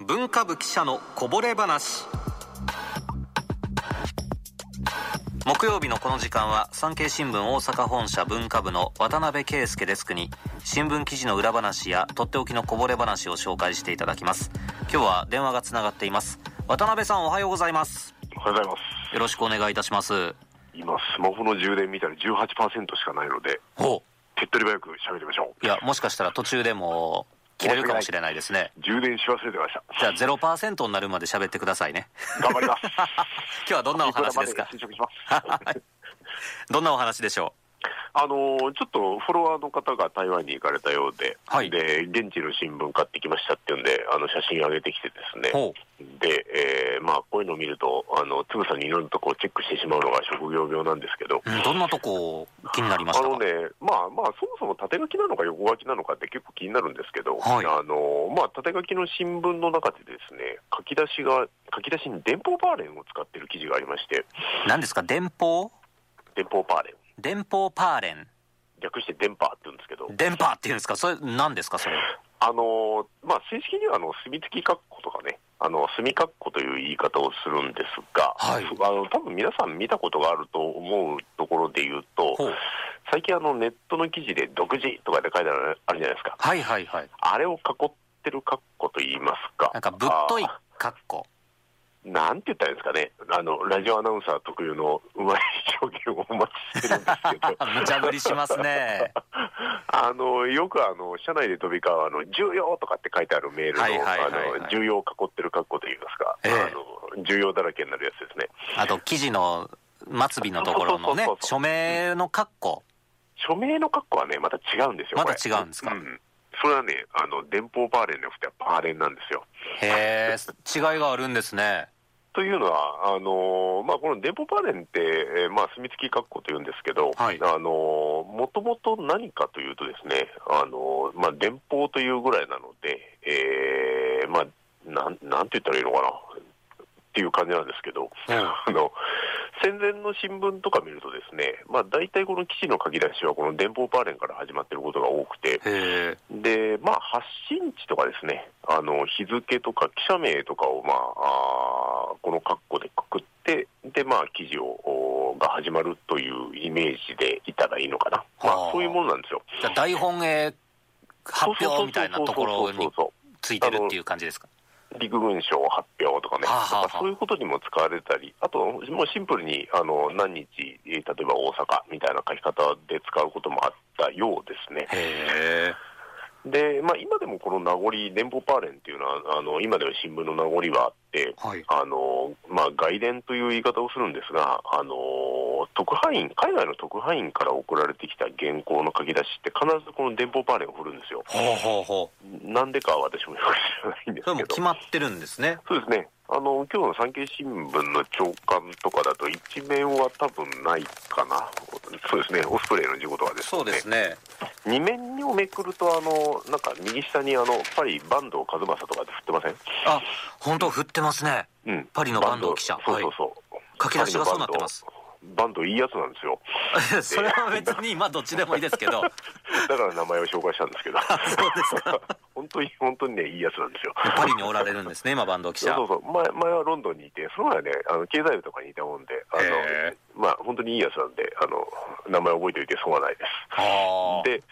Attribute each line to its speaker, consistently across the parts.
Speaker 1: 文化部記者のこぼれ話木曜日のこの時間は産経新聞大阪本社文化部の渡辺圭介デスクに新聞記事の裏話やとっておきのこぼれ話を紹介していただきます今日は電話がつながっています渡辺さんおはようございます
Speaker 2: おはようございます
Speaker 1: よろしくお願いいたします
Speaker 2: 今スマホの充電見たら18%しかないので
Speaker 1: ほ
Speaker 2: 手っ取り早く喋りましょ
Speaker 1: ういやもしかしたら途中でも切れるかもしれないですね
Speaker 2: う充電し忘れてました
Speaker 1: じゃあ0%になるまで喋ってくださいね
Speaker 2: 頑張 ります
Speaker 1: 今日はどんなお話ですか
Speaker 2: いくらまで進捗します
Speaker 1: どんなお話でしょ
Speaker 2: あのーちょっとフォロワーの方が台湾に行かれたようで、
Speaker 1: はい
Speaker 2: で現地の新聞買ってきましたっていうんであの写真上げてきてですね
Speaker 1: うほ
Speaker 2: で、えーまあ、こういうのを見るとあのつぶさにいろんなとこをチェックしてしまうのが職業病なんですけど、
Speaker 1: ううんどんなとこ気になりまし
Speaker 2: あ
Speaker 1: たか
Speaker 2: のね、まあまあ、そもそも縦書きなのか横書きなのかって結構気になるんですけど、
Speaker 1: はい
Speaker 2: あのまあ、縦書きの新聞の中でですね、書き出しが、書き出しに電報パーレンを使ってる記事がありまして、
Speaker 1: 何ですか電報
Speaker 2: 電報パーレン、
Speaker 1: 電報パーレン
Speaker 2: 略して電波って言うんですけど、
Speaker 1: 電波っていうんですかそれ何ですかそれ
Speaker 2: あのまあ、正式にはあの墨付き括弧とかね、あの墨括弧という言い方をするんですが、
Speaker 1: はい
Speaker 2: あの多分皆さん見たことがあると思うところで言うと、
Speaker 1: ほう
Speaker 2: 最近あのネットの記事で独自とかで書いてあるあるじゃないですか。
Speaker 1: はいはいはい
Speaker 2: あれを囲ってる括弧と言いますか。
Speaker 1: なんかぶっとい
Speaker 2: あ
Speaker 1: カッコ、
Speaker 2: ーなんて言ったらいいんですかね。あの、ラジオアナウンサー特有のうまい表現をお待ちしてるんですけ ど
Speaker 1: 無茶ぶりしますね
Speaker 2: あの、よくあの、社内で飛び交う、あの、重要とかって書いてあるメールの、
Speaker 1: はいはいはいはい
Speaker 2: あの、重要を囲ってる括弧と言いますか、
Speaker 1: ええ
Speaker 2: あの、重要だらけになるやつですね。
Speaker 1: あと記事の末尾のところのね
Speaker 2: そうそうそうそう
Speaker 1: 署名のカッコ
Speaker 2: 署名の括弧はね、また違うんですよ、
Speaker 1: まだ
Speaker 2: これ
Speaker 1: 違うんですか
Speaker 2: うん。それはね、あの、電報バーレンのくてパーレンなんですよ。
Speaker 1: へえ違いがあるんですね
Speaker 2: というのは、あのーまあ、このデポパレンって、えーまあ、墨付き括弧というんですけど、
Speaker 1: はい
Speaker 2: あのーもともと何かというとですね、あのーまあ、電報というぐらいなので、えーまあ、なんなんて言ったらいいのかなっていう感じなんですけ
Speaker 1: う
Speaker 2: ど、
Speaker 1: ん
Speaker 2: あの戦前の新聞とか見るとですね、まあ、大体この記事の書き出しはこの電報パーレンから始まっていることが多くて、
Speaker 1: へえ
Speaker 2: で、まあ、発信地とかですね、あの日付とか記者名とかを、まあ、あーこの括弧でくくって、で、まあ、記事をおーが始まるというイメージでいたらいいのかな、
Speaker 1: は
Speaker 2: ま
Speaker 1: あ
Speaker 2: あ、そういうものなんですよ。
Speaker 1: じゃあ大本営発表みたいなところ
Speaker 2: そうそう
Speaker 1: に
Speaker 2: そうそう
Speaker 1: ついてるっていう感じですか
Speaker 2: 陸軍省発表とかね、
Speaker 1: はあはあはあ
Speaker 2: なんかそういうことにも使われたり、あと、もうシンプルにあの何日、えー例えば大阪みたいな書き方で使うこともあったようですね。
Speaker 1: へえ
Speaker 2: で、まあ、今でもこの名残、電報パーレンっていうのは、あの今では新聞の名残はあって、
Speaker 1: はい
Speaker 2: あのまあ、外伝という言い方をするんですが、あの特派員、海外の特派員から送られてきた原稿の書き出しって、必ずこの電報パーレンを振るんですよ。
Speaker 1: ほうほうほう
Speaker 2: なんでかは私もよく知らないんで
Speaker 1: それも
Speaker 2: すけ
Speaker 1: う
Speaker 2: ど
Speaker 1: 決。まってるんですね
Speaker 2: そうですね。あの、今日の産経新聞の朝刊とかだと、一面は多分ないかな。そうですね。オスプレイの事故とかですね。
Speaker 1: そうですね
Speaker 2: 二面をめくると、あの、なんか右下に、あの、パリ、坂東和正とかって振ってません
Speaker 1: あ本当振ってますね
Speaker 2: うん。
Speaker 1: パリの坂東記者
Speaker 2: そうそうそう。
Speaker 1: 書き出しがそうなってます。
Speaker 2: バンドいいやつなんですよ。
Speaker 1: それは別にまあどっちでもいいです けど
Speaker 2: だから名前を紹介したんですけど、
Speaker 1: そうですか
Speaker 2: 本当に、本当にね、いいやつなんですよ。
Speaker 1: パリにおられるんですね今坂東記者
Speaker 2: そうそうそう前、前はロンドンにいて、その前はね、あの経済部とかにいたもんで、あ
Speaker 1: へ
Speaker 2: のまあ、本当にいいやつなんで、あの名前覚えておいて損はないです。
Speaker 1: あー
Speaker 2: で、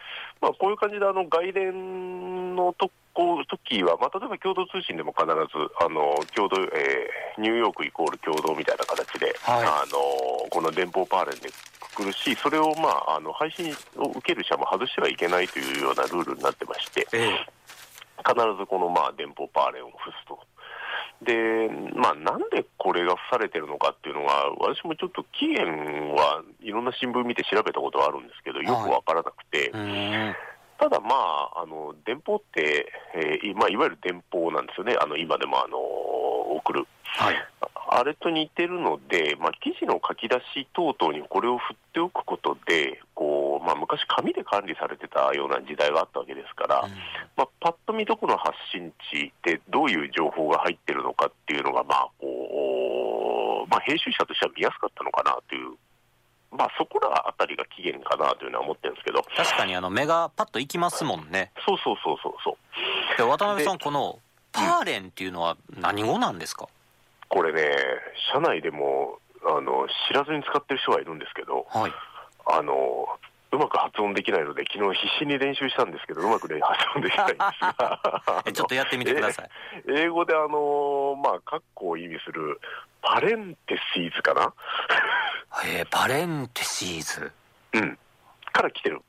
Speaker 2: まあ、こういう感じで、あの外伝のとこ時は、まあ、例えば共同通信でも必ずあの共同、えーニューヨークイコール共同みたいな形で、
Speaker 1: はい
Speaker 2: あのこの電報パーレンでくくるし、それを、まあ、あの配信を受ける社も外してはいけないというようなルールになってまして、
Speaker 1: ええ
Speaker 2: 必ずこの、まあ、電報パーレンを付すと。で、まあ、なんでこれが付されてるのかっていうのが、私もちょっと期限はいろんな新聞見て調べたことはあるんですけど、よくわからなくて、
Speaker 1: うーん
Speaker 2: ただまあ、あの、電報って、えーいまあ、いわゆる電報なんですよね。あの、今でもあの送る。
Speaker 1: はい
Speaker 2: ああれと似てるので、まあ、記事の書き出し等々にこれを振っておくことで、こう、まあ、昔紙で管理されてたような時代があったわけですから、まあ、パッと見どこの発信地でどういう情報が入ってるのかっていうのが、まあこうまあ、編集者としては見やすかったのかなという、まあ、そこらあたりが起源かなというのは思ってるんですけど、
Speaker 1: 確かにあの目がパッといきますもんね
Speaker 2: そうそうそうそうそう、
Speaker 1: で渡辺さんこのパーレンっていうのは何語なんですか
Speaker 2: これね、社内でもあの知らずに使ってる人はいるんですけど、
Speaker 1: はい。、
Speaker 2: あのうまく発音できないので、昨日必死に練習したんですけど、うまくね発音できないんですが
Speaker 1: えちょっとやってみてください。
Speaker 2: 英語であの、まあ、カッコを意味する、パレンテシーズかな、
Speaker 1: えー、パレンテシーズ。
Speaker 2: うん、から来てる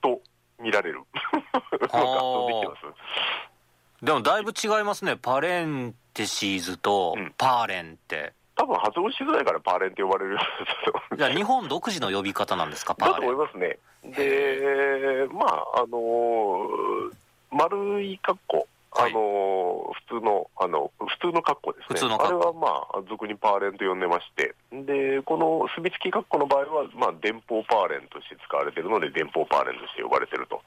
Speaker 2: と見られる、 うまく発音できてます。
Speaker 1: でもだいぶ違いますね。パレンテシーズと
Speaker 2: うん
Speaker 1: パーレンって。
Speaker 2: 多分発音しづらいからパーレンって呼ばれるようになったと思うん
Speaker 1: じ
Speaker 2: で
Speaker 1: ゃあ
Speaker 2: す
Speaker 1: 日本独自の呼び方なんですか、パ
Speaker 2: だと
Speaker 1: ーレ
Speaker 2: 思い
Speaker 1: ン。
Speaker 2: ますね。で、まあ、あのー丸い格好。あ
Speaker 1: は
Speaker 2: の
Speaker 1: い
Speaker 2: ー普通の、あの、普通の格好ですね。
Speaker 1: 普通の
Speaker 2: あれ
Speaker 1: 格好
Speaker 2: はまあ、俗にパーレンと呼んでまして。で、この墨付き格好の場合は、まあ、電報パーレンとして使われてるので、電報パーレンとして呼ばれてると。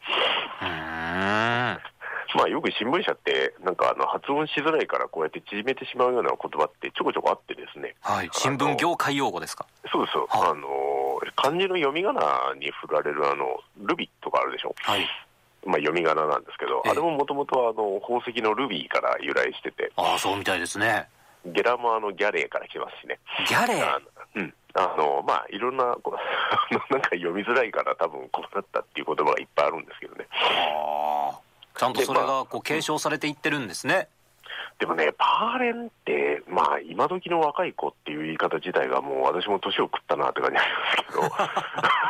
Speaker 1: うーん。
Speaker 2: まあ、よく新聞社って、なんかあの、発音しづらいから、こうやって縮めてしまうような言葉ってちょこちょこあってですね。
Speaker 1: はい。新聞業界用語ですか。
Speaker 2: そうですよ。
Speaker 1: はい
Speaker 2: あのー漢字の読み仮名に振られる、あの、ルビとかあるでしょ。
Speaker 1: はい。
Speaker 2: まあ、読み仮名なんですけど、
Speaker 1: ええ
Speaker 2: あれももともとはあの宝石のルビーから由来してて、
Speaker 1: ああ、そうみたいですね。
Speaker 2: ゲラマーのギャレーから来てますしね、
Speaker 1: ギャレー。
Speaker 2: あのうん、あのまあ、いろんなこう あのなんか読みづらいから、多分困ったっていう言葉がいっぱいあるんですけどね、
Speaker 1: あーちゃんとそれがこう継承されていってるんですね。
Speaker 2: でもね、パーレンって、まあ、今時の若い子っていう言い方自体が、もう私も年を食ったなって感じなんですけど、あ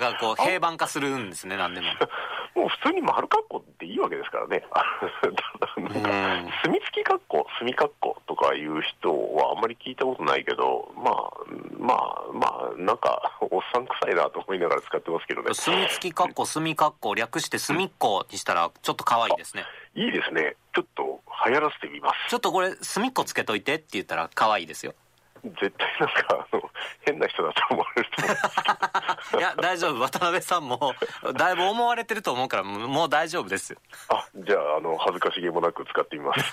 Speaker 1: がこう平板化するんですね、何 でも。
Speaker 2: のもう普通に丸括弧っていいわけですからね。
Speaker 1: う
Speaker 2: なんか
Speaker 1: ん
Speaker 2: 墨付き格好、墨格好とかいう人はあんまり聞いたことないけど、まあ、まあ、まあ、なんか、おっさん臭いなと思いながら使ってますけどね。
Speaker 1: 墨付きかっこ墨かっこ略して墨っこにしたらちょっと可愛いですね。
Speaker 2: いいですね。ちょっと流行らせてみます。
Speaker 1: ちょっとこれ墨っこつけといてって言ったら可愛いですよ。
Speaker 2: 絶対なんか、あの、変な人だと思われる と思う。
Speaker 1: いや、大丈夫。渡辺さんもだいぶ思われてると思うからもうもう大丈夫ですよ。
Speaker 2: あ、じゃあ、あの、恥ずかしげもなく使ってみ ます。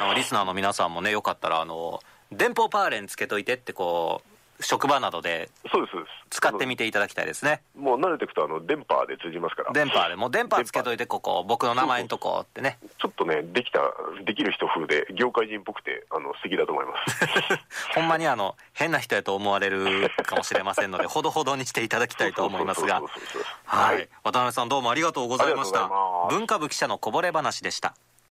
Speaker 1: あのリスナーの皆さんもね、よかったらあの、電報パーレンつけといてってこう、職場などで
Speaker 2: そうです、そうです。
Speaker 1: 使ってみていただきたいですね。
Speaker 2: あのもう慣れていくと、あの、電波で通じますから。
Speaker 1: 電波でもう電波つけといてここ、僕の名前んとこってね。
Speaker 2: ちょっとね、できた、できる人風で、業界人っぽくて、あの、素敵だと思 います。
Speaker 1: ほんまにあの変な人やと思われるかもしれませんの でほどほどにしていただきたいと思いますが
Speaker 2: そうそうそうそうそう
Speaker 1: はい渡辺さんどうもありがとうございまし
Speaker 2: あ
Speaker 1: た
Speaker 2: りがとうございます
Speaker 1: 文化部記者のこぼれ話でした